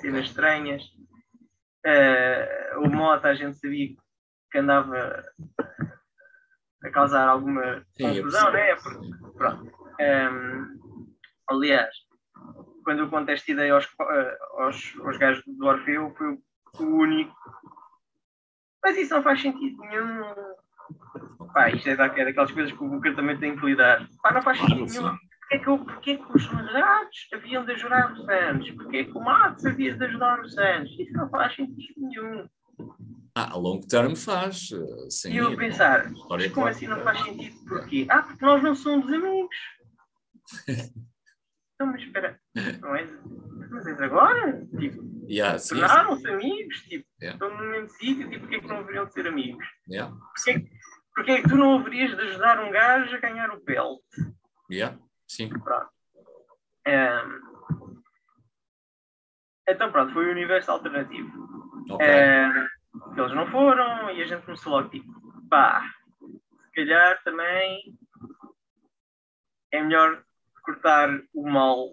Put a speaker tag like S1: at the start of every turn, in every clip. S1: cenas estranhas. Eh, o Mota a gente sabia que andava a causar alguma
S2: Sim, eu
S1: confusão, né?
S2: percebo.
S1: Porque, pronto. Ehm, aliás, quando eu contei esta ideia aos, co- eh, aos, aos gajos do Orfeu, foi o o único. Mas isso não faz sentido nenhum. Pá, isto é, da, é daquelas coisas que o Booker também tem que lidar. Pá, não faz sentido
S2: Claro,
S1: nenhum.
S2: sim.
S1: Porquê é que, eu- porquê é que os jurados haviam de ajudar os anos? Porquê é que o Matos havia de ajudar os anos? Isso não faz sentido nenhum.
S2: Ah, a long term faz. eh, Sim,
S1: E eu
S2: é
S1: a
S2: bom.
S1: pensar,
S2: História
S1: mas como
S2: clássica.
S1: assim não faz sentido? Porquê? Ah, porque nós não somos amigos. Então, mas espera, não és, mas és agora? Tipo,
S2: Yeah, sim, É.
S1: tornaram-se amigos? Tipo,
S2: Yeah.
S1: estão no mesmo sítio, tipo, porquê é que não deveriam de ser amigos?
S2: yeah,
S1: Porquê é que tu não haverias de ajudar um gajo a ganhar o belt?
S2: yeah, sim.
S1: Ahm, Então pronto, foi o universo alternativo.
S2: Ok.
S1: Eh, eles não foram e a gente começou logo tipo, pá, se calhar também é melhor cortar o mal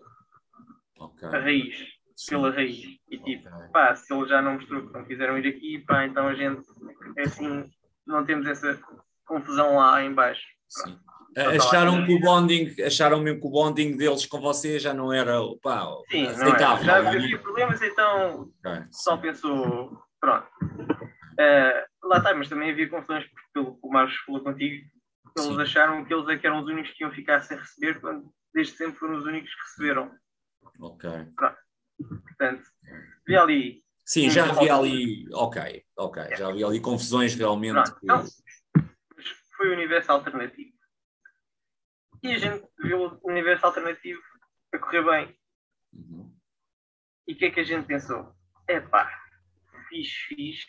S2: ok.
S1: a raiz,
S2: sim,
S1: pela raiz. E tipo,
S2: ok.
S1: pá, se eles já não mostrou que não quiseram ir aqui, pá, então a gente assim não temos essa confusão lá em baixo.
S2: Sim. Eh, Acharam que o bonding, acharam mesmo que o bonding deles com vocês já não era pá,
S1: Sim, não é?
S2: aceitável.
S1: Já
S2: não é?
S1: havia problemas, então
S2: Ok,
S1: só pensou, pronto. Eh, lá está, mas também havia confusões, porque pelo que o Marcos falou contigo, eles
S2: Sim.
S1: acharam que eles é que eram os únicos que iam ficar sem receber, quando desde sempre foram os únicos que receberam.
S2: ok.
S1: Portanto, vi ali.
S2: Sim, já havia ali. Ok, ok. Já havia ali confusões realmente.
S1: Pronto, então não. Foi o universo alternativo. E a gente viu o universo alternativo a correr bem.
S2: Uhum.
S1: E o que é que a gente pensou? Epá, fixe, fixe.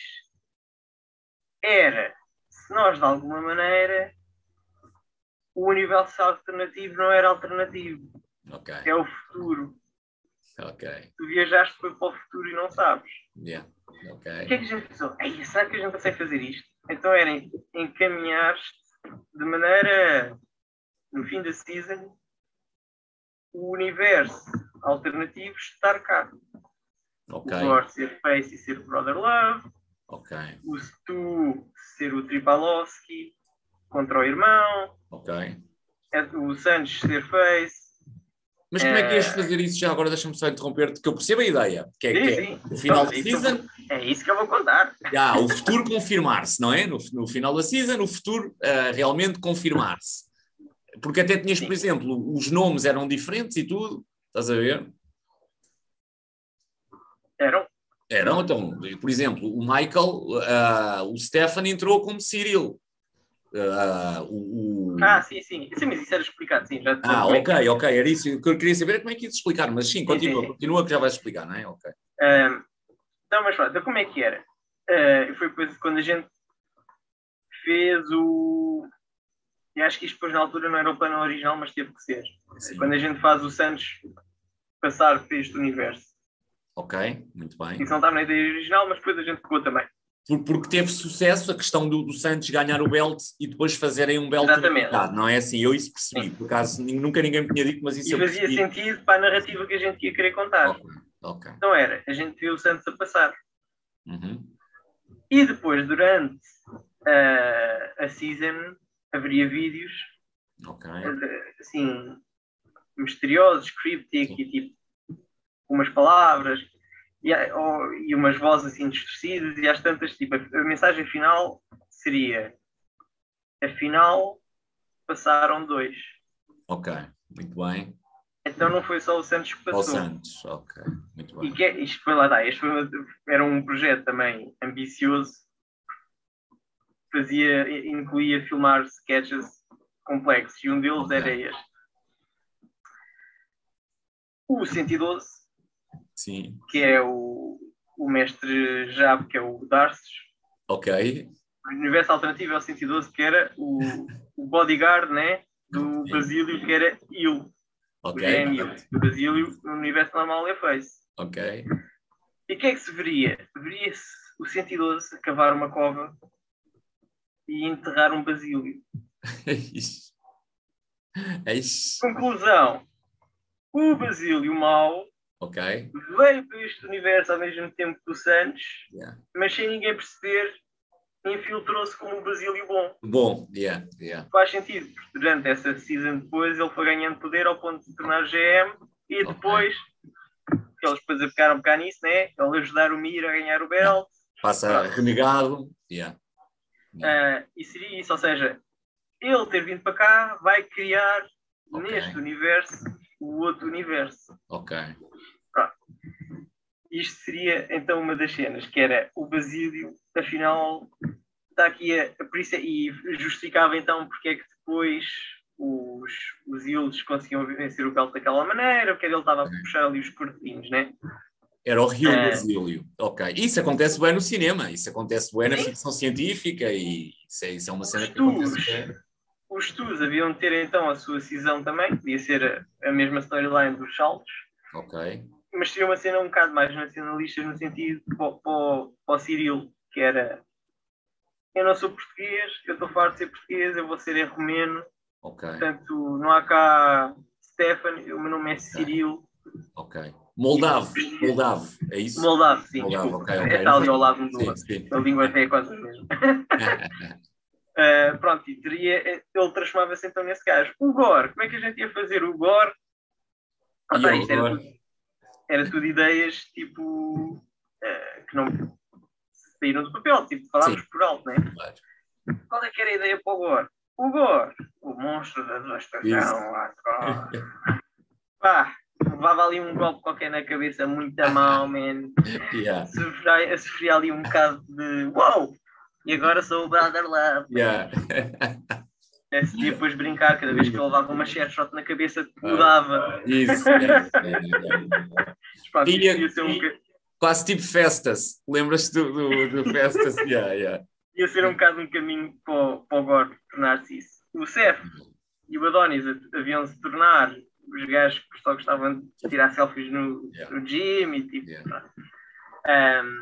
S1: Era se nós de alguma maneira o universo alternativo não era alternativo,
S2: Ok,
S1: é o futuro.
S2: ok.
S1: Tu viajaste foi para o futuro e não sabes.
S2: Yeah.
S1: O que é
S2: Ok.
S1: que a gente pensou? Ei, será que a gente consegue fazer isto? Então era en- encaminhar-te de maneira, no fim da season, o universo alternativo estar cá.
S2: Ok.
S1: O Gore ser Face e ser Brother Love,
S2: Ok.
S1: o Stu ser o Tripalowski contra o irmão, é
S2: Ok.
S1: o Sanches ser Face.
S2: Mas como é que ias fazer isso já agora? Deixa-me só interromper-te, que eu percebo a ideia. Que é, que é
S1: Sim, sim.
S2: o final da
S1: Pronto, isso-
S2: season,
S1: É isso que eu vou contar.
S2: já, o futuro confirmar-se, não é? No, no final da season, o futuro ah, realmente confirmar-se. Porque até tinhas, por
S1: Sim.
S2: exemplo, os nomes eram diferentes e tudo, estás a ver?
S1: Eram.
S2: Eram, então, por exemplo, o Michael, ah, o Stefan entrou como Cyril. Ah, o, o-
S1: Ah, sim, sim. Sim, mas isso era explicado, sim. Já te
S2: Ah,
S1: falei.
S2: ok, ok, era isso. O que eu queria saber é como é que ia explicar, mas sim, continua,
S1: sim.
S2: continua que já vais explicar, não é? Ok.
S1: Ahm, então, mas pronto, então como é que era? Ah, foi depois quando a gente fez o. E acho que isto depois na altura não era o plano original, mas teve que ser.
S2: Sim.
S1: Quando a gente faz o Santos passar para este universo.
S2: Ok, muito bem.
S1: Isso não estava na ideia original, mas depois a gente pegou também.
S2: Por- porque teve sucesso a questão do, do Santos ganhar o belt e depois fazerem um belt
S1: Exatamente.
S2: unificado, não é assim? Eu isso percebi, por acaso nin- nunca ninguém me tinha dito, mas isso
S1: E
S2: eu
S1: fazia
S2: percebi.
S1: sentido para a narrativa que a gente ia querer contar.
S2: Ok, ok.
S1: Então era, a gente viu o Santos a passar.
S2: Uhum.
S1: E depois, durante ah, a season, haveria vídeos
S2: Ok,
S1: assim, misteriosos, cryptic e tipo, umas palavras e, há- ou- e umas vozes assim distorcidas e às tantas, tipo, a, a mensagem final seria afinal passaram dois.
S2: ok, muito bem.
S1: Então não foi só o Santos que
S2: Ao
S1: passou.
S2: Santos, ok, muito
S1: E
S2: bem.
S1: que, é- isto foi lá, tá, este foi, uma- era um projeto também ambicioso, fazia, incluía filmar sketches complexos e um deles
S2: Ok.
S1: era este. O 112,
S2: Sim,
S1: que é o, o mestre Jab, que é o Darces.
S2: ok,
S1: O universo alternativo é o 112, que era o, o bodyguard né, do
S2: Sim.
S1: Basílio, que era Il, o
S2: ok,
S1: gênio do Basílio, no universo normal é Face.
S2: ok,
S1: E o que é que se veria? Veria-se o 112 cavar uma cova e enterrar um basílio.
S2: é isso. É isso.
S1: Conclusão: o basílio mau
S2: ok?
S1: Veio para este universo ao mesmo tempo que o Santos,
S2: Yeah.
S1: mas sem ninguém perceber, infiltrou-se como o Basílio Bom.
S2: Bom, yeah, yeah.
S1: Faz sentido, porque durante essa season depois ele foi ganhando poder ao ponto de se tornar GM e
S2: Ok.
S1: depois, eles depois aplicaram um bocado nisso, né? Ele ajudar o Mir a ganhar o Belt.
S2: Passa renegado, yeah.
S1: Ah, e seria isso, ou seja, ele ter vindo para cá vai criar
S2: Ok.
S1: neste universo o outro universo.
S2: ok.
S1: Isto seria então uma das cenas, que era o Basílio, afinal, está aqui a, a por isso é- e justificava então porque é que depois os, os Ildes conseguiam vencer o Belo daquela maneira, porque ele estava a puxar ali os cortinhos, né?
S2: Era o Rio
S1: É.
S2: Basílio. Ok. Isso acontece bem no cinema, isso acontece bem na ficção científica e isso é, isso é uma cena que acontece
S1: Estudos.
S2: bem.
S1: Os Tus haviam de ter então a sua cisão também, podia ser a, a mesma storyline dos Saltos.
S2: Ok.
S1: mas seria uma cena um bocado mais nacionalista no sentido para o Cirilo, que era eu não sou português, eu estou farto de ser português, eu vou ser é romeno,
S2: Ok.
S1: portanto não há cá Stefan, o meu nome é Cirilo,
S2: Ok. Moldavo. Moldavo. É isso?
S1: Moldavo, sim,
S2: Moldavo,
S1: desculpa,
S2: ok, ok.
S1: é tal e ao lado um do
S2: Sim,
S1: outro,
S2: sim.
S1: a língua até é quase a mesma. Ah, pronto, e teria, ele transformava-se então nesse gajo. O Gore, como é que a gente ia fazer o Gore? Ah,
S2: E é
S1: pá,
S2: o
S1: isto era,
S2: Gore?
S1: tudo, era tudo ideias tipo ah, que não saíram do papel, tipo falámos por alto, né?
S2: Claro.
S1: Qual é que era a ideia para o Gore? O Gore, o monstro da devastação,
S2: Isso.
S1: atroz. pá, levava ali um golpe qualquer na cabeça, muito a mal, man.
S2: Yeah.
S1: Sofria, sofria ali um bocado de uau! E agora sou o Brother Love.
S2: Yeah.
S1: Esse dia depois brincar, cada vez que eu levava uma shot na cabeça,
S2: Ah.
S1: mudava.
S2: Isso. yeah, yeah, yeah.
S1: Pronto, isto
S2: Tinha-
S1: ia ser um
S2: tinha-
S1: boca-
S2: Quase tipo Festas. Lembras-te do, do, do Festas? Yeah, yeah.
S1: ia ser um bocado um caminho para o, para o Gore tornar-se isso. O Seth e o Adonis haviam de se tornar os gajos que só gostavam de tirar selfies no,
S2: Yeah.
S1: no gym e tipo.
S2: Yeah.
S1: pronto. Ahm,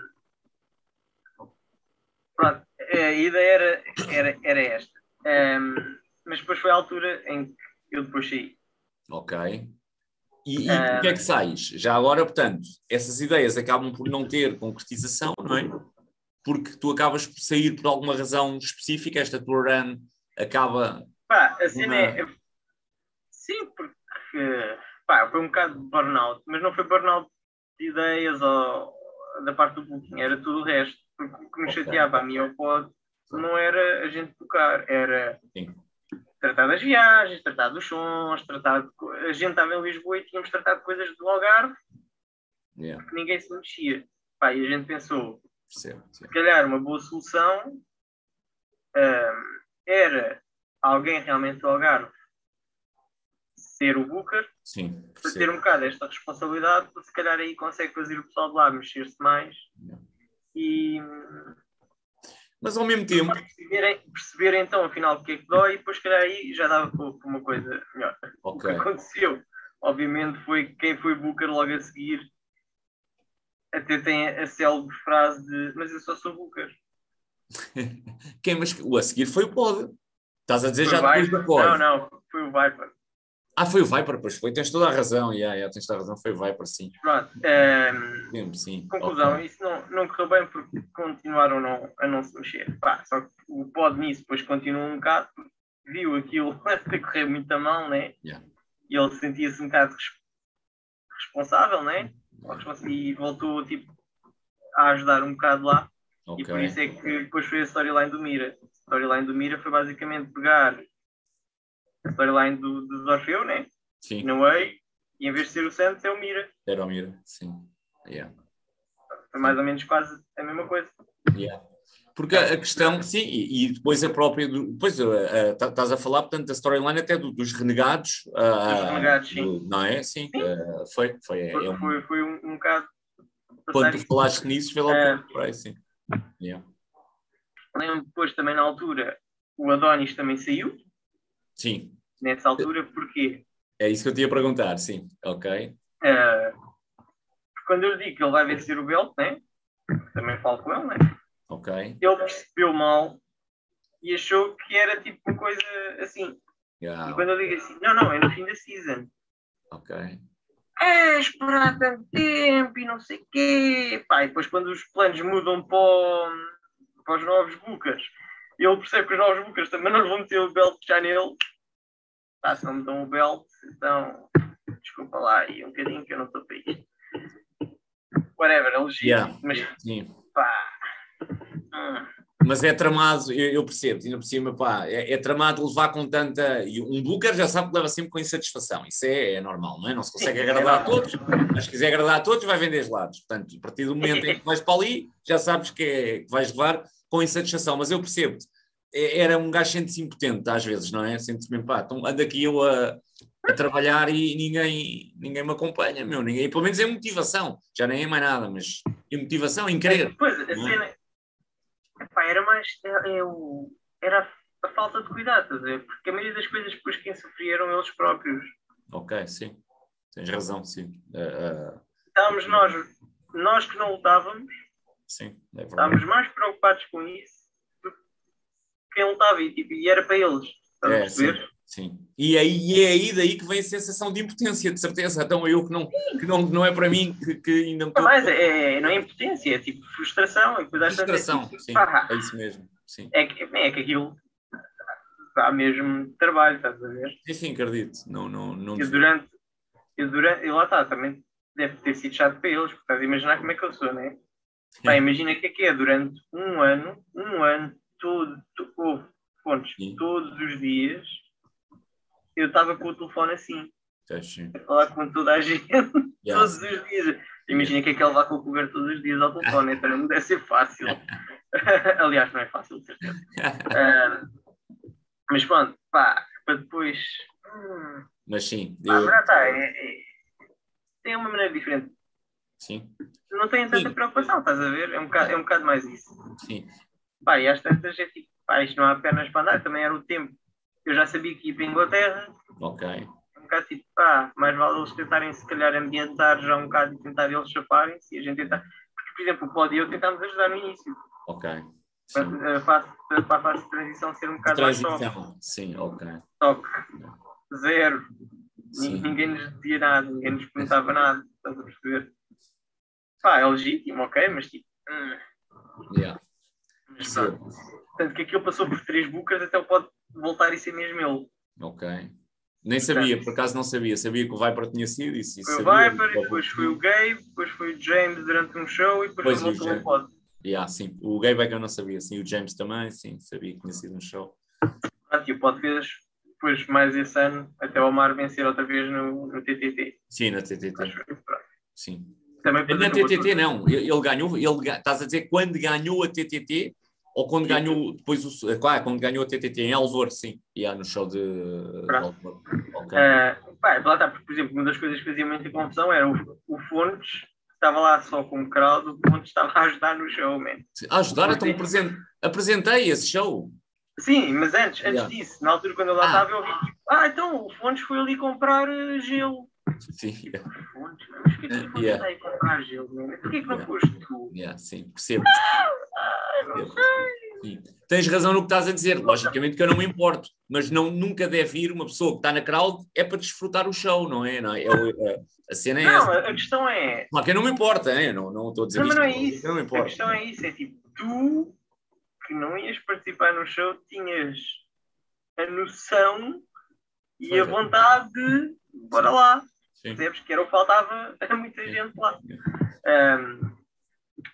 S1: pronto, a ideia era, era, era esta. Ahm, mas depois foi a altura em que eu depois saí.
S2: Ok. E, e
S1: Ah.
S2: o que é que sais? Já agora, portanto, essas ideias acabam por não ter concretização, não é? Porque tu acabas por sair por alguma razão específica, esta tua run acaba.
S1: Pá, a cena
S2: Uma-
S1: é. Sim, porque. Pá, foi um bocado de burnout, mas não foi burnout de ideias ou da parte do booking, era tudo o resto. Porque o que me
S2: Ok.
S1: chateava a mim ao pod não era a gente tocar, era
S2: Sim.
S1: tratar das viagens, tratar dos sons, tratar de co- A gente estava em Lisboa e tínhamos tratado de coisas do Algarve
S2: Yeah,
S1: que ninguém se mexia. Pá, e a gente pensou,
S2: percebo, percebo.
S1: se calhar uma boa solução ahm, era alguém realmente do Algarve ser o Booker,
S2: Sim,
S1: para ter um
S2: percebo.
S1: bocado esta responsabilidade, porque se calhar aí consegue fazer o pessoal de lá mexer-se mais
S2: Yeah.
S1: e
S2: Mas ao mesmo tempo,
S1: perceber, perceber então afinal o que é que dói e depois se calhar aí já dava para para uma coisa melhor. O que
S2: ok,
S1: aconteceu, obviamente, foi que quem foi Booker logo a seguir até tem a célebre frase de mas eu só sou Booker.
S2: quem mas o a seguir foi o Pod. Estás a dizer já
S1: Foi o
S2: depois
S1: Viper.
S2: do Pod.
S1: Não, não, foi o Viper.
S2: Ah, foi o Viper, pois foi, tens toda a razão, yeah, yeah, tens toda a razão, foi o Viper, sim.
S1: Pronto. ehm,
S2: Lembro, sim.
S1: conclusão,
S2: Ok.
S1: isso não, não correu bem porque continuaram não- a não se mexer. Pá, só que o pod nisso depois continuou um bocado, viu aquilo a correr muito a mão, né?
S2: Yeah.
S1: E ele sentia-se um bocado res- responsável, né? E voltou tipo, a ajudar um bocado lá. E por isso
S2: Ok,
S1: é que depois foi a storyline do Mira. A storyline do Mira foi basicamente pegar a storyline do, do Orfeu, né?
S2: sim,
S1: No Way, e em vez de ser o Santos, é o Mira.
S2: era o Mira, sim. Yeah.
S1: Foi mais ou menos quase a mesma coisa.
S2: Porque a a questão, sim, e, e depois a própria. do- Depois eh, eh, tá- estás a falar, portanto, da storyline até do- dos renegados. ah,
S1: Dos renegados, sim.
S2: do- não é? Sim, eh, foi. foi é, é
S1: Foi,
S2: um-
S1: foi, foi um, um bocado.
S2: quando
S1: passar
S2: tu
S1: isto.
S2: falaste nisso, foi logo.
S1: É.
S2: por aí, sim. Yeah.
S1: Lembro depois também na altura, o Adonis também saiu,
S2: Sim,
S1: nessa altura, porque
S2: é isso que eu tinha a perguntar, sim. Ok.
S1: ah, quando eu digo que ele vai vencer o Belt, né? também falo com ele, né?
S2: Ok.
S1: ele percebeu mal e achou que era tipo uma coisa assim. E
S2: Yeah,
S1: quando eu digo assim, não, não, é no fim da season.
S2: ok.
S1: é esperar tanto tempo e não sei o quê. Pá, e depois quando os planos mudam para, o- para os novos bucas, e ele percebe que os novos bucas também não lhe vão meter o belt já nele. Pá, se não me dão o belt, então desculpa lá, e um bocadinho que eu não estou para isto. Whatever, é legítimo,
S2: Yeah.
S1: mas
S2: Sim.
S1: pá. hum,
S2: Mas é tramado, eu, eu percebo, ainda por cima, pá, é, é tramado levar com tanta. e Um Booker já sabe que leva sempre com insatisfação, isso é, é normal, não é? Não se consegue
S1: Sim,
S2: agradar
S1: é
S2: a todos, mas se quiser agradar a todos, vai vender gelados. Portanto, a partir do momento em que vais para ali, já sabes que, é, que vais levar com insatisfação, mas eu percebo, É- era um gajo sente-se impotente às vezes, não é? Sente-se mesmo, pá, então ando aqui eu a, a trabalhar e ninguém, ninguém me acompanha, meu, ninguém, pelo menos é motivação, já nem é mais nada, mas é motivação em querer.
S1: Pois, a
S2: Não é?
S1: cena. Epá, era mais. É, é o, era a, a falta de cuidado, estás a ver? porque a maioria das coisas depois quem sofreram eles próprios.
S2: Ok, sim. Tens razão, sim. Ah, ah,
S1: Estávamos nós, nós que não lutávamos,
S2: sim, é verdade.
S1: estávamos mais preocupados com isso do que quem lutava e, tipo, e era para eles. Estás a
S2: É, sim,
S1: perceber?
S2: sim. E, aí, e é aí daí que vem a sensação de impotência, de certeza. Então eu que não, que não, que não é para mim, que, que ainda me
S1: Não,
S2: estou.
S1: mas é, é- não é impotência, é tipo frustração. E cuidar
S2: Frustração,
S1: É,
S2: sim,
S1: tipo, pá,
S2: é isso mesmo. Sim,
S1: é, que, é que aquilo dá mesmo trabalho, estás a ver?
S2: enfim, acredito. Não, não, não...
S1: E durante, e durante. E lá está, também deve ter sido chato para eles, porque estás a imaginar como é que eu sou, né? Pá, imagina que é que é durante um ano, um ano, todo, to- houve pontos,
S2: Sim.
S1: todos os dias, eu estava com o telefone assim,
S2: Sim.
S1: a falar com toda a gente,
S2: Yeah,
S1: todos os dias. Imagina que é que ele vá com o coberto todos os dias ao telefone, então não deve ser fácil. Aliás, não é fácil, de certeza. Ah, mas pronto, pá, para depois. hum,
S2: Mas sim,
S1: ah,
S2: eu-
S1: mas lá está, é- é- tem uma maneira diferente.
S2: sim,
S1: Não tem tanta
S2: Sim.
S1: preocupação, estás a ver? É um bocado, é um bocado mais isso.
S2: sim,
S1: Pá, e às tantas é tipo, pá, isto não há pernas para andar, também era o tempo. Eu já sabia que ia para a Inglaterra,
S2: ok.
S1: é um bocado tipo, pá, mais vale eles tentarem se calhar ambientar já um bocado e tentar eles chaparem-se e a gente tentar. Porque, por exemplo, o Cláudio e eu tentámos ajudar no início,
S2: Ok. Sim.
S1: para, a fase- para a fase de transição ser um bocado mais soft,
S2: Transição, sim, ok.
S1: toque, zero.
S2: Sim.
S1: Ninguém nos dizia nada, ninguém nos perguntava nada, estás a perceber? Pá, é legítimo, ok, mas tipo. hum,
S2: Yeah,
S1: mas pronto.
S2: percebo.
S1: Tanto que aquilo passou por três bucas, até ele pode voltar e ser mesmo ele.
S2: Ok. Nem sabia, por acaso não sabia. Sabia que o Viper tinha sido isso. isso
S1: Foi o
S2: sabia.
S1: Viper, e depois foi o Gabe, depois foi o James durante um show e depois
S2: Pois, é.
S1: foi
S2: e o
S1: voltou ao
S2: James.
S1: pod.
S2: Yeah, sim. O Gayback eu não sabia, sim. O James também, sim. Sabia que tinha sido um show.
S1: Pronto, e o pod fez depois mais esse ano até o Omar vencer outra vez no, no TTT.
S2: Sim, na TTT.
S1: Acho que pronto.
S2: Sim.
S1: Também
S2: Na
S1: fazer um
S2: TTT
S1: outro-
S2: não. Ele ele ganhou. Ele, ga- estás a dizer quando ganhou a TTT ou quando
S1: Sim.
S2: ganhou depois o. Claro, quando ganhou a TTT em Alvor, sim. Yeah, no show de. de
S1: Pronto.
S2: Alvor. Ok.
S1: Ah, pá, lá está, porque, por exemplo, uma das coisas que fazia muita confusão era o, o Fontes estava lá só com o crowd, o Fontes estava a ajudar no show, man.
S2: A ajudar, então apresen- apresentei esse show.
S1: Sim, mas antes, antes
S2: Yeah.
S1: disso, na altura quando eu lá
S2: Ah.
S1: estava, eu vi, ah, então o Fontes foi ali comprar eh, gelo.
S2: Sim.
S1: Fontes, tipo, mas porquê que o Fontes está
S2: Yeah.
S1: aí comprar gelo, man? Porquê que não
S2: Yeah.
S1: foste tu?
S2: Yeah, sim, percebo.
S1: Ah, não
S2: Percebo.
S1: sei.
S2: Sim. Tens razão no que estás a dizer, logicamente que eu não me importo, mas não, nunca deve ir uma pessoa que está na crowd é para desfrutar o show, não é? Não é? É o- é- a cena é
S1: Não,
S2: essa.
S1: a a questão é,
S2: Claro que eu não me importa, hein? eu não, não estou a dizer
S1: não, mas
S2: isto.
S1: não é isso,
S2: Eu não me
S1: a
S2: importo.
S1: questão é isso, é tipo, tu que não ias participar no show, tinhas a noção e
S2: Pois
S1: a
S2: é.
S1: vontade de, bora lá,
S2: Sim.
S1: percebes que era o que faltava a muita
S2: Sim.
S1: gente lá. Ahm,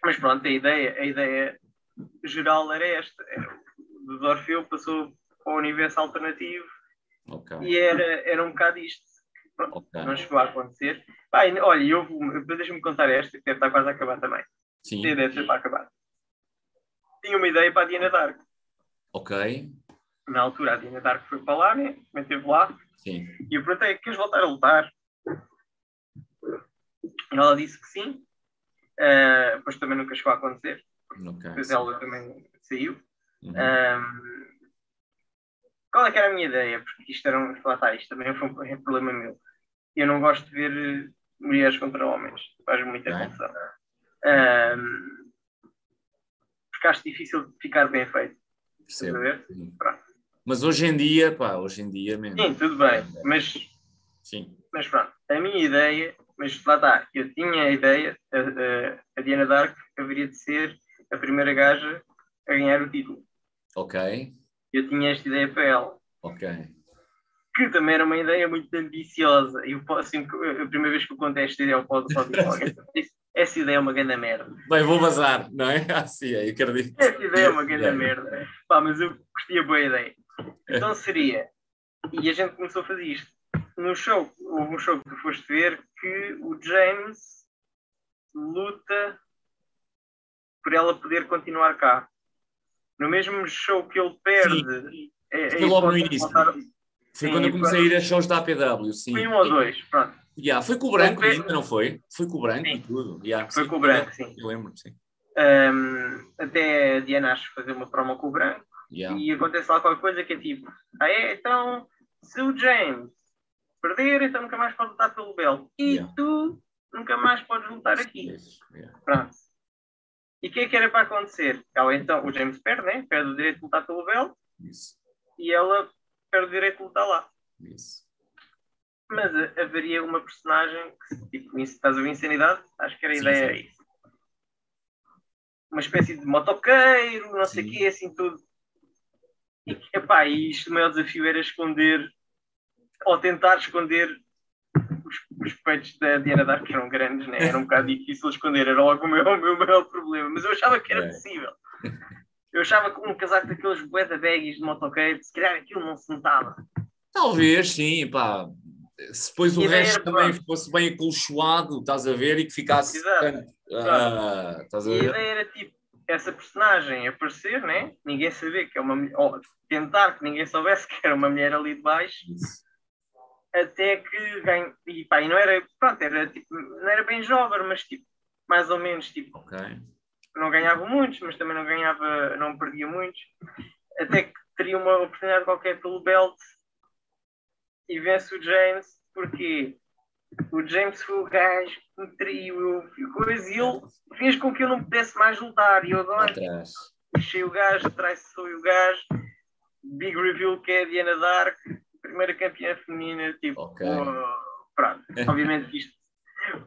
S1: mas pronto, a ideia, a ideia geral era esta. Era, o Dorfeu passou ao universo alternativo
S2: Ok,
S1: e era, era um bocado isto.
S2: ok.
S1: Não chegou a acontecer. Pá, e- olha, e houve uma- depois deixa-me contar esta, que deve estar quase a acabar também.
S2: Sim,
S1: Sim, deve ser para acabar. Tinha uma ideia para a Diana Dark.
S2: ok.
S1: Na altura a Diana Dark foi para lá, né? Também esteve lá.
S2: Sim,
S1: E eu perguntei, queres voltar a lutar? E ela disse que sim. Ah, Depois também nunca chegou a acontecer.
S2: ok.
S1: Depois ela também saiu.
S2: Uhum.
S1: Ahm, qual é que era a minha ideia? Porque isto era um. Lá está, isto também foi um é um problema meu. Eu não gosto de ver eh, mulheres contra homens. Faz muita
S2: Ok.
S1: confusão. Ahm, porque acho difícil de ficar bem feito. Estás a
S2: Percebo.
S1: ver?
S2: Sim.
S1: Pronto.
S2: Mas hoje em dia, pá, hoje em dia mesmo.
S1: Sim, tudo bem. Mas,
S2: Sim,
S1: mas pronto, a minha ideia mas lá está, eu tinha a ideia, a, a, a Diana Dark haveria de ser a primeira gaja a ganhar o título.
S2: Ok,
S1: Eu tinha esta ideia para ela,
S2: ok.
S1: que também era uma ideia muito ambiciosa. E eu posso- assim, que- a primeira vez que eu contei esta ideia, eu posso só dizer: "Olha, essa- essa ideia é uma grande merda.
S2: Bem, vou bazar, não é? Assim, é, eu quero dizer.
S1: Essa ideia é uma grande
S2: Yeah. É.
S1: merda. Pá, mas eu curtia boa ideia. Então seria. E a gente começou a fazer isto. No show, houve um show que tu foste ver que o James luta por ela poder continuar cá. No mesmo show que ele perde. é- é
S2: Foi logo no
S1: hipótese de
S2: início.
S1: voltar-
S2: Foi
S1: Sim,
S2: quando eu
S1: pá.
S2: comecei a ir a shows da APW, sim.
S1: Foi um ou dois, pronto.
S2: Yeah, foi com o branco
S1: Foi-
S2: ainda, não foi? Foi com o branco
S1: Sim.
S2: e tudo. Yeah,
S1: Foi
S2: sim.
S1: com o branco, sim.
S2: Eu lembro, sim.
S1: Ahm, até a Diana acho fazer uma promo com o branco
S2: Yeah.
S1: e acontece lá qualquer coisa que é tipo, ah é, então se o James perder, então nunca mais pode lutar pelo Belo. E
S2: Yeah.
S1: tu nunca mais podes lutar aqui.
S2: Yeah.
S1: Pronto. E o que é que era para acontecer? Ela então, o James perde, né? Perde o direito de lutar pelo Belo
S2: Isso,
S1: e ela perde o direito de lutar lá.
S2: isso.
S1: Mas eh, haveria uma personagem que, tipo, ins- estás a ver Insanidade? Acho que era a
S2: Sim,
S1: ideia
S2: sim.
S1: era isso. Uma espécie de motoqueiro, não sei o
S2: Sim.
S1: quê, assim tudo. E, que, epá, e isto, o maior desafio era esconder, ou tentar esconder os, os peitos da Diana Dark, que eram grandes, né? Era um bocado difícil esconder, era logo o meu, o meu maior problema. Mas eu achava que era
S2: É.
S1: possível. Eu achava que um casaco daqueles bué da baggies de motoqueiro, se calhar aquilo não se notava.
S2: Talvez, sim, pá. Se depois o
S1: E daí é
S2: resto
S1: era
S2: também fosse bem acolchoado, estás a ver, e que ficasse.
S1: Exato,
S2: tanto, ah, estás a
S1: E a
S2: ver?
S1: ideia era tipo essa personagem aparecer, né? ninguém saber que é uma mulher, ou tentar que ninguém soubesse que era uma mulher ali de baixo,
S2: Isso.
S1: até que ganhe. E, pá, e não era, pronto, era tipo, não era bem jovem, mas tipo, mais ou menos, tipo,
S2: Ok.
S1: não ganhava muitos, mas também não ganhava, não perdia muitos, até que teria uma oportunidade qualquer pelo belt e vence o James, porque o James foi o gajo que me traiu e coisa, e ele fez com que eu não pudesse mais lutar, e eu agora
S2: Atrás.
S1: Puxei o gajo, traiçoei o gajo. Big reveal que é a Diana Dark, primeira campeã feminina. Tipo,
S2: Ok.
S1: oh, pronto. Obviamente que isto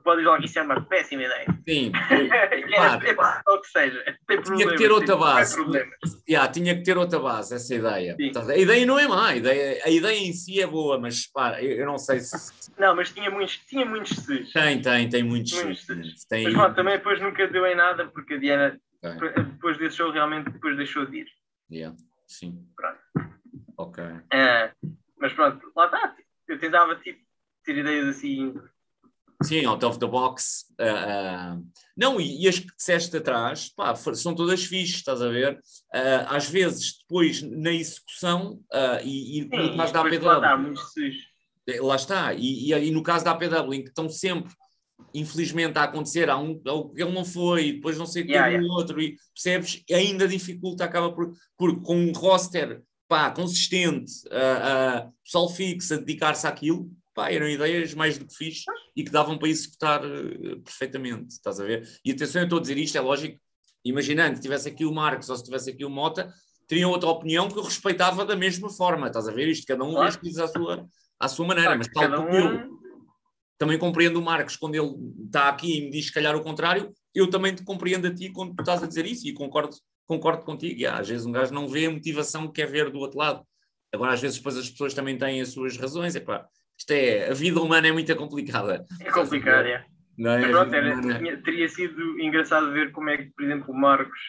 S1: pode dizer logo que isso é uma péssima ideia.
S2: Sim, foi- Claro.
S1: Era, epá, ou que seja, tem problema.
S2: ter outra base.
S1: Problema.
S2: Yeah, tinha que ter outra base, essa ideia.
S1: Sim.
S2: Portanto, A ideia não é má, a ideia, a ideia em si é boa, mas pá, eu, eu não sei se
S1: Não, mas tinha muitos, tinha muitos se's.
S2: tem, tem, tem muitos.
S1: Muitos.
S2: sítios, Tem,
S1: Mas bom, também depois nunca deu em nada, porque a Diana,
S2: Ok.
S1: depois desse show, realmente depois deixou de ir.
S2: Yeah, sim.
S1: Pronto.
S2: Ok.
S1: Ah, mas pronto, lá está. Eu tentava, tipo, ter ideias assim.
S2: Sim, out of the box. ah, ah. não, e, e as que disseste atrás, pá, for- são todas fixes, estás a ver? Ah, às vezes, depois, na execução, ah, e, e no
S1: Sim,
S2: caso da
S1: depois, lá está,
S2: APW,
S1: muitos se's.
S2: eh, lá está, e, e- e no caso da APW, em que estão sempre, infelizmente, a acontecer, há um há o que ele não foi, e depois não sei o que
S1: Yeah,
S2: o outro, e percebes? E ainda dificulta, acaba por, por com um roster, pá, consistente, ah, ah, pessoal fixo, a dedicar-se àquilo, pá, eram ideias mais do que fixe e que davam para executar eh, perfeitamente, estás a ver? E atenção, eu estou a dizer isto, é lógico, imaginando, se tivesse aqui o Marcos ou se tivesse aqui o Mota, teriam outra opinião que eu respeitava da mesma forma, estás a ver? Isto, cada um
S1: Claro.
S2: diz à sua, à sua maneira, mas tal
S1: Cada
S2: como eu
S1: um
S2: também compreendo o Marcos quando ele está aqui e me diz, se calhar, o contrário, eu também te compreendo a ti quando tu estás a dizer isso e concordo, concordo contigo. E, ah, às vezes um gajo não vê a motivação que quer ver do outro lado. Agora, às vezes, depois as pessoas também têm as suas razões. Epá, isto é, a vida humana é muito complicada.
S1: é complicado, é.
S2: Não é?
S1: Mas
S2: A
S1: pronto,
S2: vida
S1: era-
S2: humana-
S1: tinha- teria sido engraçado ver como é que, por exemplo, o Marcos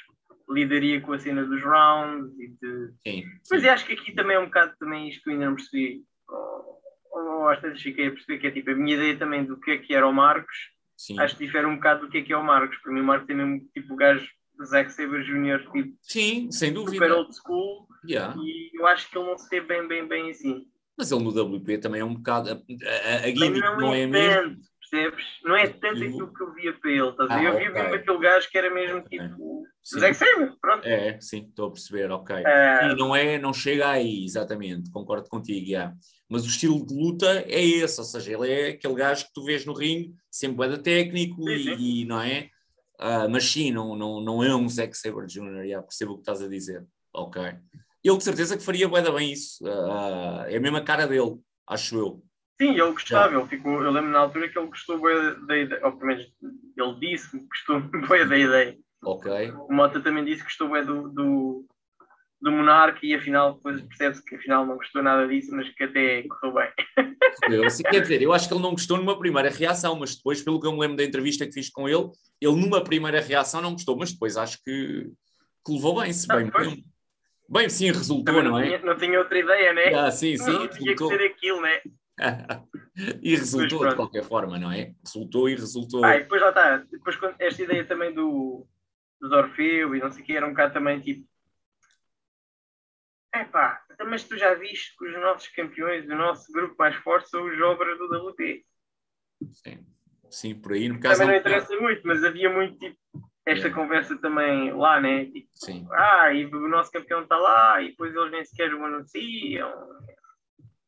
S1: lidaria com a cena dos rounds e de...
S2: Sim,
S1: Mas
S2: sim.
S1: eu acho que aqui também é um bocado também isto que eu ainda não percebi. Ou, ou às vezes fiquei a perceber que é tipo a minha ideia também do que é que era o Marcos,
S2: sim.
S1: acho que difere um bocado do que é que é o Marcos. Para mim o Marcos é mesmo tipo o gajo do Zack Sabre Jr. tipo
S2: Sim, sem dúvida.
S1: super old school
S2: Yeah.
S1: e eu acho que ele não se vê bem, bem, bem assim.
S2: Mas ele no WP também é um bocado. A, a, a
S1: Mas
S2: gimmick
S1: não,
S2: não é
S1: é
S2: mesmo.
S1: tanto, percebes? Não é tanto
S2: Eu-
S1: aquilo que eu via para ele, estás a
S2: Ah,
S1: ver? Eu via
S2: ok.
S1: mesmo aquele gajo que era mesmo
S2: Ok.
S1: tipo.
S2: Sim.
S1: Zack Sabre, pronto.
S2: É, sim, estou a perceber, ok.
S1: Ah.
S2: Sim, não é, não chega aí, exatamente, concordo contigo, yeah. mas o estilo de luta é esse, ou seja, ele é aquele gajo que tu vês no ringue, sempre é da técnico
S1: Sim,
S2: e, e não é? Ah, mas sim, não, não, não é um Zack Sabre Jr., yeah, percebo o que estás a dizer, ok. Ele de certeza que faria bué da bem isso, Ah, é a mesma cara dele, acho eu,
S1: Sim, ele gostava, ele ficou, eu lembro na altura que ele gostou bem da ideia, ou pelo menos ele disse que gostou bem da ideia.
S2: Ok.
S1: O Mota também disse que gostou bem do, do, do Monarca e afinal depois percebe-se que afinal não gostou nada disso, mas que até correu bem.
S2: Eu, assim, quer dizer, eu acho que ele não gostou numa primeira reação, mas depois, pelo que eu me lembro da entrevista que fiz com ele, ele numa primeira reação não gostou, mas depois acho que, que levou bem, se
S1: Não,
S2: bem.
S1: depois-
S2: Bem, bem, sim, resultou,
S1: Ah, Também
S2: não é?
S1: tinha, não tinha outra ideia, né?
S2: Ah, sim, sim,
S1: não tinha que
S2: resultou.
S1: ser aquilo, né?
S2: e resultou de
S1: pronto.
S2: qualquer forma, não é? Resultou e resultou.
S1: Ah, e depois lá está. Depois quando- esta ideia também do, do Orfeu e não sei o que era um bocado também tipo. Epá, então, mas tu já viste que os nossos campeões, o nosso grupo mais forte são os obras do WP.
S2: Sim, sim, por aí, no caso.
S1: Também não
S2: não-
S1: interessa muito, mas havia muito tipo esta
S2: Yeah.
S1: conversa também lá, né? Tipo,
S2: Sim,
S1: ah, e o nosso campeão está lá e depois eles nem sequer o anunciam.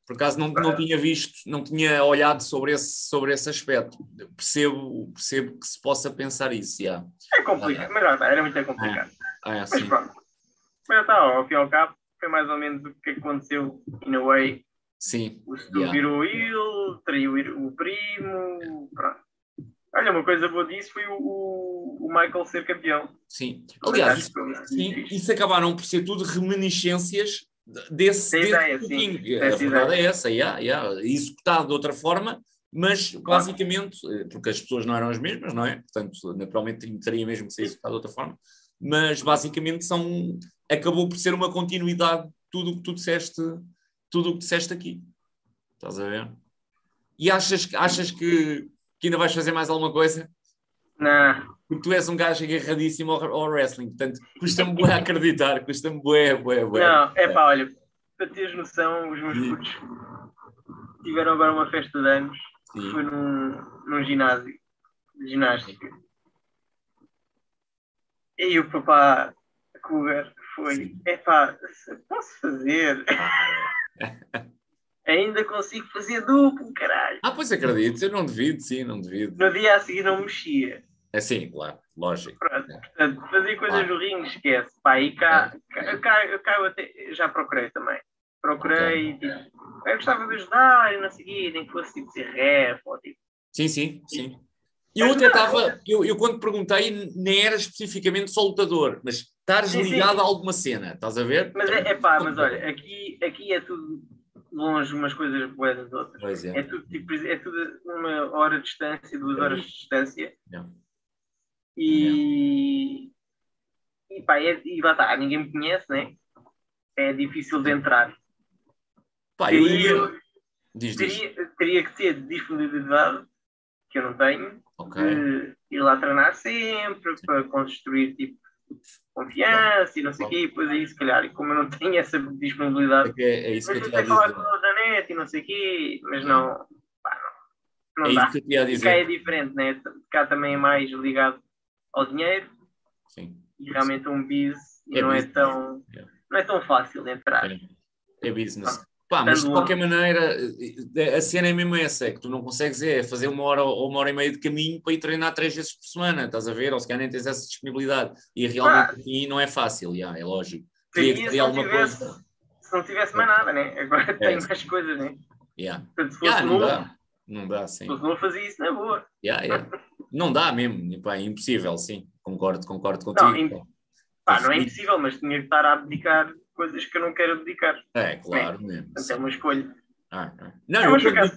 S2: por acaso não, não tinha visto, não tinha olhado sobre esse, sobre esse aspecto. Percebo, percebo que se possa pensar isso, já.
S1: É complicado, mas lá está, era muito complicado.
S2: Ah,
S1: Mas
S2: sim.
S1: pronto. Mas está, ao fim e ao cabo, foi mais ou menos o que aconteceu, in a way,
S2: Sim,
S1: O Stu
S2: Yeah.
S1: virou ele, traiu o primo. Pronto. Olha, uma coisa boa disso foi o, o- o Michael ser campeão. é?
S2: sim. Aliás,
S1: Acho que foi muito
S2: Sim,
S1: fixe.
S2: isso acabaram por ser tudo reminiscências de- desse,
S1: Da
S2: desse
S1: ideia, sim.
S2: pouquinho. A
S1: Dessa
S2: verdade é essa, yeah, yeah. executado de outra forma, mas basicamente, eh, porque as pessoas não eram as mesmas, não é? Portanto, naturalmente teria mesmo que ser executado de outra forma, mas basicamente são, acabou por ser uma continuidade de tudo o que tu disseste, tudo o que disseste aqui. Estás a ver? E achas, que- achas que, que ainda vais fazer mais alguma coisa?
S1: Não,
S2: Porque tu és um gajo agarradíssimo ao, ao wrestling, portanto, custa-me bué acreditar, custa-me bué, bué, bué.
S1: não, é pá, olha, para teres noção, os meus
S2: Sim.
S1: putos tiveram agora uma festa de anos.
S2: Sim.
S1: Foi num, num ginásio de ginástica. E o papá Cougar foi:
S2: Sim.
S1: é pá, posso fazer? Ainda consigo fazer duplo, caralho.
S2: Ah, pois acredito, eu não devido, sim, não devido.
S1: No dia a seguir não mexia.
S2: É sim, claro, lógico.
S1: Portanto, fazer coisas
S2: Ah.
S1: no ringue, esquece. Pá, e cá, cá, cá- eu cá eu até, já procurei também. Procurei e disse, eu gostava de ajudar e não seguir, nem que fosse tipo ser ref ou tipo.
S2: Sim, sim, sim. Eu até estava, eu, eu quando perguntei, nem era especificamente só lutador, mas estares
S1: Sim, sim.
S2: ligado a alguma cena, estás a ver?
S1: Mas é, é pá, mas olha, aqui, aqui é tudo longe umas coisas boas das outras.
S2: Pois é.
S1: É tudo, tipo, é tudo uma hora de distância, duas horas de distância.
S2: Yeah.
S1: E. E pá, é- e lá está, ninguém me conhece, né? É difícil de entrar.
S2: Pá, eu
S1: Teria,
S2: ia. Diz, diz.
S1: teria, teria que ter disponibilidade, que eu não tenho,
S2: Ok.
S1: de ir lá treinar sempre, para construir tipo, confiança e não sei o quê, e depois aí se calhar, e como eu não tenho essa disponibilidade,
S2: É, que é- é isso que
S1: mas
S2: eu
S1: eu
S2: tinha a
S1: sei falar com
S2: dizer.
S1: o Danete e não sei o quê, mas não, pá, não,
S2: É
S1: não dá.
S2: isso que eu tinha a
S1: Cá é
S2: dizer.
S1: diferente, né? cá também é mais ligado ao dinheiro
S2: Sim.
S1: e realmente é um bis e
S2: É
S1: não, é
S2: business,
S1: tão,
S2: yeah.
S1: não é tão fácil de entrar.
S2: É. É business. Pá, mas de
S1: Tanto
S2: qualquer maneira, a cena é mesmo essa, é que tu não consegues é fazer uma hora ou uma hora e meia de caminho para ir treinar três vezes por semana, estás a ver? Ou se calhar nem tens essa disponibilidade. E realmente assim não é fácil, já, é lógico. Teria que
S1: Teria
S2: fazer
S1: se não
S2: alguma
S1: tivesse-
S2: coisa. É.
S1: Se não tivesse mais nada, né? agora tem
S2: sim.
S1: mais coisas, né?
S2: Já,
S1: Portanto, se fosse
S2: Já, não
S1: novo,
S2: dá. Não dá, sim.
S1: se fosse novo, fazia isso na boa.
S2: Já, já. Não dá mesmo, pá, é impossível, sim. Concordo, concordo
S1: Não,
S2: contigo.
S1: im- Pá, não é
S2: Sim.
S1: impossível, mas tinha que estar a abdicar de coisas que eu não quero abdicar.
S2: É, claro mesmo.
S1: Portanto,
S2: sim.
S1: é uma escolha. É
S2: Ah, ah. Não,
S1: Eu
S2: eu
S1: acho que
S2: quando,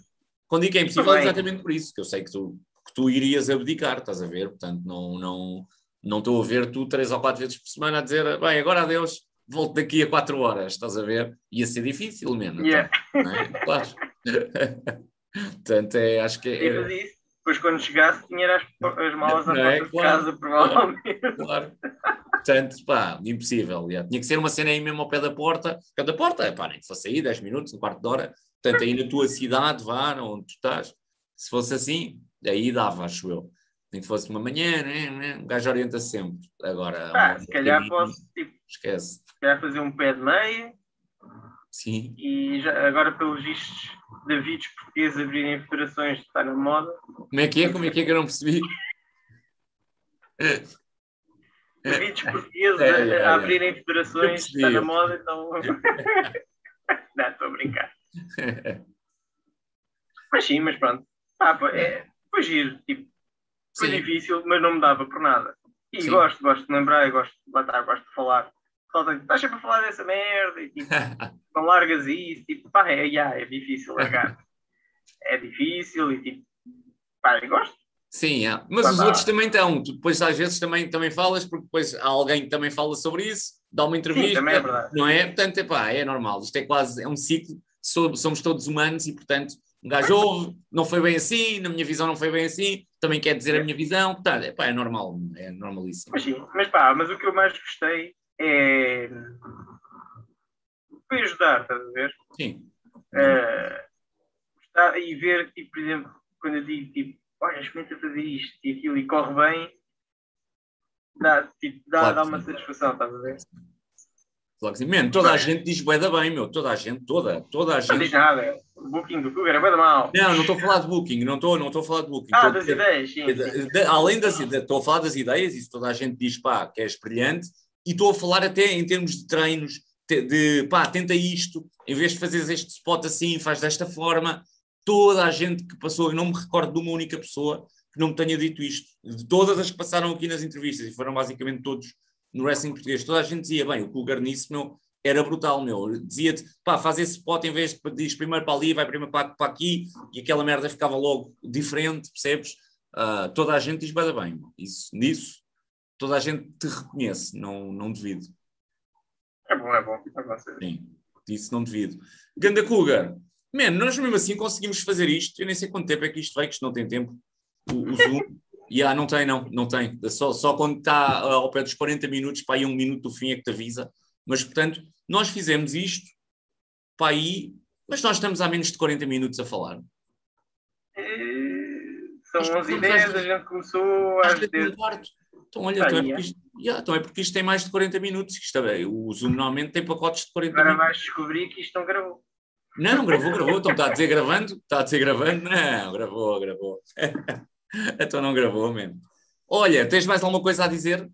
S2: quando digo que é impossível é
S1: Também.
S2: exatamente por isso, que eu sei que tu, que tu irias abdicar, estás a ver? Portanto, não não não estou a ver tu três ou quatro vezes por semana a dizer, bem, agora adeus, volto daqui a quatro horas, estás a ver? Ia ser difícil, menos.
S1: Yeah.
S2: Não é? Claro. Portanto, é, acho que
S1: E
S2: é,
S1: fazia isso. Depois, quando chegasse, tinha as, as malas na
S2: Não
S1: porta
S2: é?
S1: de
S2: Claro.
S1: casa, provavelmente.
S2: Claro. Portanto, pá, impossível. já. Tinha que ser uma cena aí mesmo ao pé da porta. Pé da porta, pá, nem que fosse aí 10 minutos, um quarto de hora. Portanto, aí na tua cidade, vá, onde tu estás. Se fosse assim, aí dava, acho eu. Nem que fosse uma manhã, né, né, o gajo orienta-se sempre. Agora,
S1: Pá,
S2: um
S1: Ah, se calhar
S2: bocadinho,
S1: posso, tipo,
S2: Esquece.
S1: se calhar fazer um pé de meia.
S2: Sim,
S1: E já, agora, pelos vistos, Davids portugueses abrirem federações está na moda.
S2: como é que é? Como é que é que eu não percebi?
S1: Davids portugueses
S2: É, é,
S1: a-
S2: é, é.
S1: a né? abrirem federações
S2: percebi,
S1: está na
S2: eu
S1: moda, então. Não, estou a brincar. Mas sim, mas pronto. Pá, foi, é, foi giro, tipo, foi
S2: Sim.
S1: difícil, mas não me dava por nada. E
S2: Sim.
S1: gosto, gosto de lembrar, eu gosto de lá estar, gosto de falar. Só tenho- Estás sempre a falar dessa merda e tipo, não largas isso, tipo, pá, é, já, é difícil largar. é difícil e tipo, pá, eu gosto.
S2: Sim, é. mas
S1: Pá,
S2: os
S1: pá.
S2: outros também estão. Tu depois às vezes também, também falas, porque depois há alguém que também fala sobre isso, dá uma entrevista,
S1: Sim, também é verdade.
S2: não é? Portanto, epá, é normal. Isto é quase, é um ciclo, So- somos todos humanos e, portanto, um gajo ouve, não foi bem assim, na minha visão não foi bem assim, também quer dizer a minha visão, portanto, epá, é normal, é normalíssimo.
S1: Mas sim, mas pá, mas o que eu mais gostei é. Foi ajudar, estás a ver?
S2: Sim,
S1: Eh, gostar- e ver, tipo, por exemplo, quando eu digo, tipo, olha, experimenta fazer isto e aquilo e corre bem, dá, tipo, dá,
S2: Claro que
S1: dá uma
S2: sim.
S1: satisfação, estás a ver?
S2: claro que sim. Man, toda a gente diz bué da bem, meu, toda a gente, toda, toda a
S1: Não diz
S2: gente.
S1: nada, o booking do é Google era bem mal.
S2: Não, não estou a falar de booking, não estou não estou a falar de booking.
S1: Ah,
S2: estou a
S1: das
S2: dizer-
S1: ideias, sim. sim.
S2: De- além das ideias, estou a falar das ideias, isso toda a gente diz, pá, que és brilhante, e estou a falar até em termos de treinos, te- de pá, tenta isto, em vez de fazeres este spot assim, faz desta forma. Toda a gente que passou, eu não me recordo de uma única pessoa que não me tenha dito isto, de todas as que passaram aqui nas entrevistas, e foram basicamente todos no wrestling português, toda a gente dizia, bem, o Cougar nisso, meu, era brutal, meu. Dizia-te, pá, faz esse spot em vez de diz primeiro para ali, vai primeiro para, para aqui, e aquela merda ficava logo diferente, percebes? Ah, toda a gente diz bada bem, meu. isso, nisso, toda a gente te reconhece, não, não duvido.
S1: É bom, é bom. É bom saber.
S2: Sim, disso não duvido. Ganda Cougar, man, nós mesmo assim conseguimos fazer isto, eu nem sei quanto tempo é que isto vai, que isto não tem tempo. O, o Zoom, e ah, não tem, não, não tem. Só, só quando está ah, ao pé dos 40 minutos, para aí um minuto do fim é que te avisa. Mas, portanto, nós fizemos isto, para aí, mas nós estamos há menos de 40 minutos a falar.
S1: Eh,
S2: Mas
S1: São 11 e
S2: tu fazes-
S1: 10, a gente começou às
S2: Às vezes
S1: 10.
S2: um quarto. Então, olha,
S1: Ah,
S2: então é,
S1: yeah.
S2: porque isto, yeah, então é porque isto tem mais de 40 minutos. Isto é, o Zoom normalmente tem pacotes de 40
S1: Agora
S2: minutos.
S1: vais descobrir que isto não gravou.
S2: Não, não gravou, gravou. Então está a dizer gravando? Está a dizer gravando? Não, gravou, gravou. então não gravou mesmo. Olha, tens mais alguma coisa a dizer?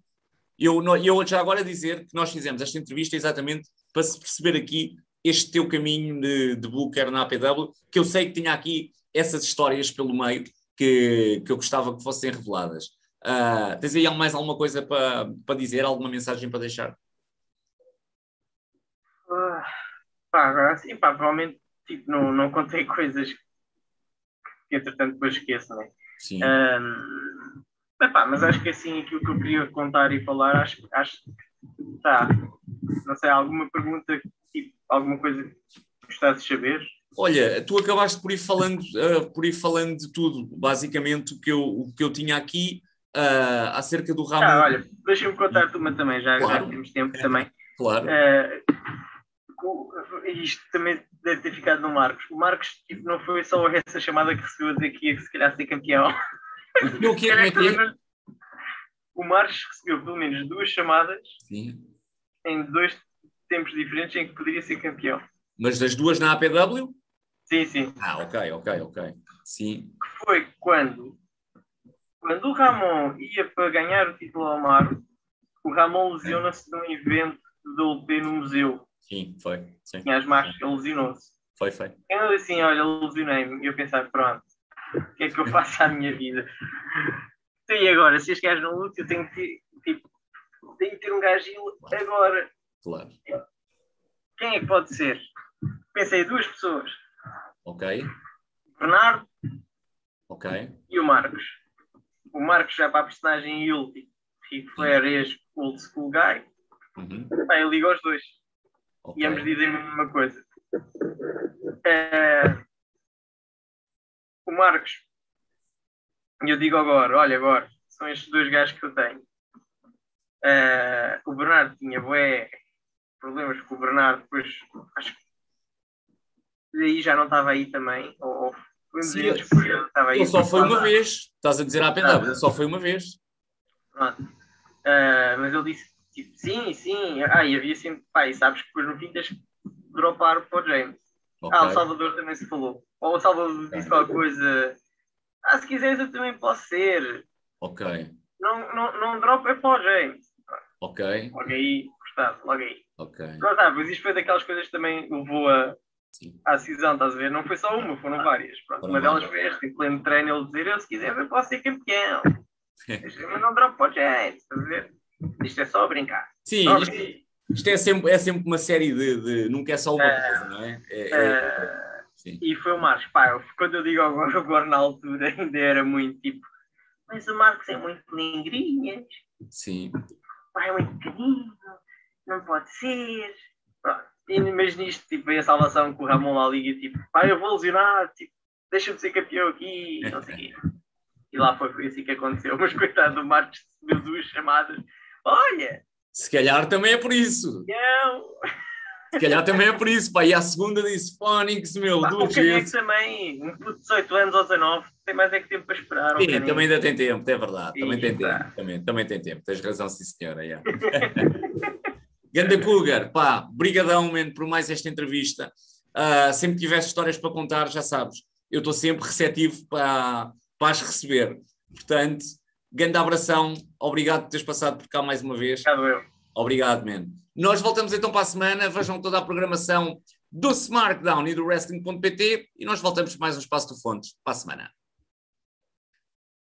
S2: Eu, não- eu já agora dizer que nós fizemos esta entrevista exatamente para se perceber aqui este teu caminho de, de Booker na APW, que eu sei que tinha aqui essas histórias pelo meio que, que eu gostava que fossem reveladas. Ah, tens aí mais alguma coisa para, para dizer, alguma mensagem para deixar?
S1: Ah, Pá, agora assim, pá, provavelmente tipo, não, não contei coisas que, que entretanto depois esqueço, né?
S2: Sim.
S1: Ahm, mas, pá, mas acho que assim aquilo que eu queria contar e falar, acho, que- acho que tá. Não sei, alguma pergunta, tipo, alguma coisa que gostasse de saber?
S2: Olha, tu acabaste por ir falando, ah, por ir falando de tudo, basicamente o que eu, o que eu tinha aqui ah, acerca do Ramon.
S1: Ah, olha, deixa-me contar-te uma também, já, já
S2: Claro. É.
S1: temos tempo também.
S2: claro.
S1: Eh, o- isto também deve ter ficado no Marcos. O Marcos tipo, não foi só essa chamada que recebeu a dizer que ia se calhar ser campeão.
S2: E o que é, como é que é?
S1: O Marcos recebeu pelo menos duas chamadas
S2: Sim.
S1: em dois tempos diferentes em que poderia ser campeão.
S2: Mas das duas na APW?
S1: Sim, sim.
S2: Ah, ok, ok, ok. Sim.
S1: Que foi quando, quando o Ramon ia para ganhar o título ao Amaro, o Ramon lesiona-se num evento do LP no museu.
S2: Sim, foi. Sim,
S1: Tinha as marcas, ele lesionou-se.
S2: foi, foi.
S1: Eu assim, olha, lesionei-me. E eu pensava, pronto, o que é que eu faço à minha vida? Então, e agora? Se este gajo não luta, eu tenho que, ter- tipo, tenho que ter um gajo gil agora.
S2: Claro.
S1: Quem é que pode ser? Pensei em duas pessoas,
S2: Ok,
S1: o Bernardo
S2: ok.
S1: e o Marcos. O Marcos já é para a personagem Yulti, Ric Flair, ex-old school guy.
S2: Uhum,
S1: Bem, eu ligo aos dois.
S2: ok.
S1: E ambos dizem a mesma coisa. Eh, o Marcos, eu digo agora, olha agora, são estes dois gajos que eu tenho. Eh, o Bernardo tinha bué problemas com o Bernardo, depois acho que daí já não estava aí também, ou, ou foi um
S2: Sim,
S1: dia
S2: eu-
S1: depois que já não estava aí.
S2: Ele Então só foi uma
S1: Pronto.
S2: vez. Estás a dizer a APW, ele só foi uma vez.
S1: Pronto. Ah, mas ele disse, tipo, sim, sim. Ah, e havia sempre, pá, e sabes que depois no fim tens que dropar para o James.
S2: Ok.
S1: Ah, o Salvador também se falou. Ou o Salvador disse
S2: Ok.
S1: qualquer coisa. Ah, se quiseres eu também posso ser.
S2: Ok,
S1: Não, não, não drop é para o James.
S2: ok,
S1: Logo aí, gostado, logo aí.
S2: ok.
S1: Pronto, ah, mas isto foi daquelas coisas que também levou a,
S2: Sim. Ah,
S1: à decisão, estás a ver? Não foi só uma, foram várias. Pronto,
S2: Foram
S1: uma delas
S2: várias.
S1: foi esta, em pleno treino, ele dizer: Eu, se quiser, eu posso ser campeão. Mas não dropo para o gente, estás a ver? Isto é só brincar.
S2: Sim,
S1: Só
S2: isto,
S1: brincar.
S2: isto é, sempre, é sempre uma série de, de- Nunca é só uma coisa, não é? É- é-
S1: Eh,
S2: sim.
S1: e foi o Marcos. Pá, eu- quando eu digo agora, agora na altura, ainda era muito tipo. Mas o Marcos é muito lingrinhas,
S2: sim.
S1: pá, é muito pequenino, não pode ser. Pronto. E, mas nisto, tipo, veio a salvação com o Ramon à liga, tipo, pá, eu vou lesionar, tipo, deixa-me ser campeão aqui, não sei o quê. E lá foi, foi assim que aconteceu. Mas coitado, o Marcos recebeu duas chamadas. Olha,
S2: Se calhar também é por isso.
S1: não!
S2: Se calhar também é por isso. Pá. E à segunda disse: Fónix, meu,
S1: Pá, o é
S2: duas
S1: Caneco
S2: vezes.
S1: também, um puto de 18 anos ou 19, tem mais é que tempo para esperar. o
S2: Sim,
S1: Caneco.
S2: também ainda tem tempo, é verdade. Também tem
S1: Sim, tá.
S2: tempo. Também, também tem tempo. Tens razão, sim, senhora. Yeah. Ganda Cougar, pá, brigadão, man, por mais esta entrevista. Ah, sempre que tivesse histórias para contar, já sabes, eu estou sempre receptivo para, para as receber. Portanto, grande abração, obrigado por teres passado por cá mais uma vez.
S1: Já doeu.
S2: Obrigado, man. Nós voltamos então para a semana. Vejam toda a programação do Smartdown e do Wrestling.pt e nós voltamos para mais um Espaço do Fontes para a semana.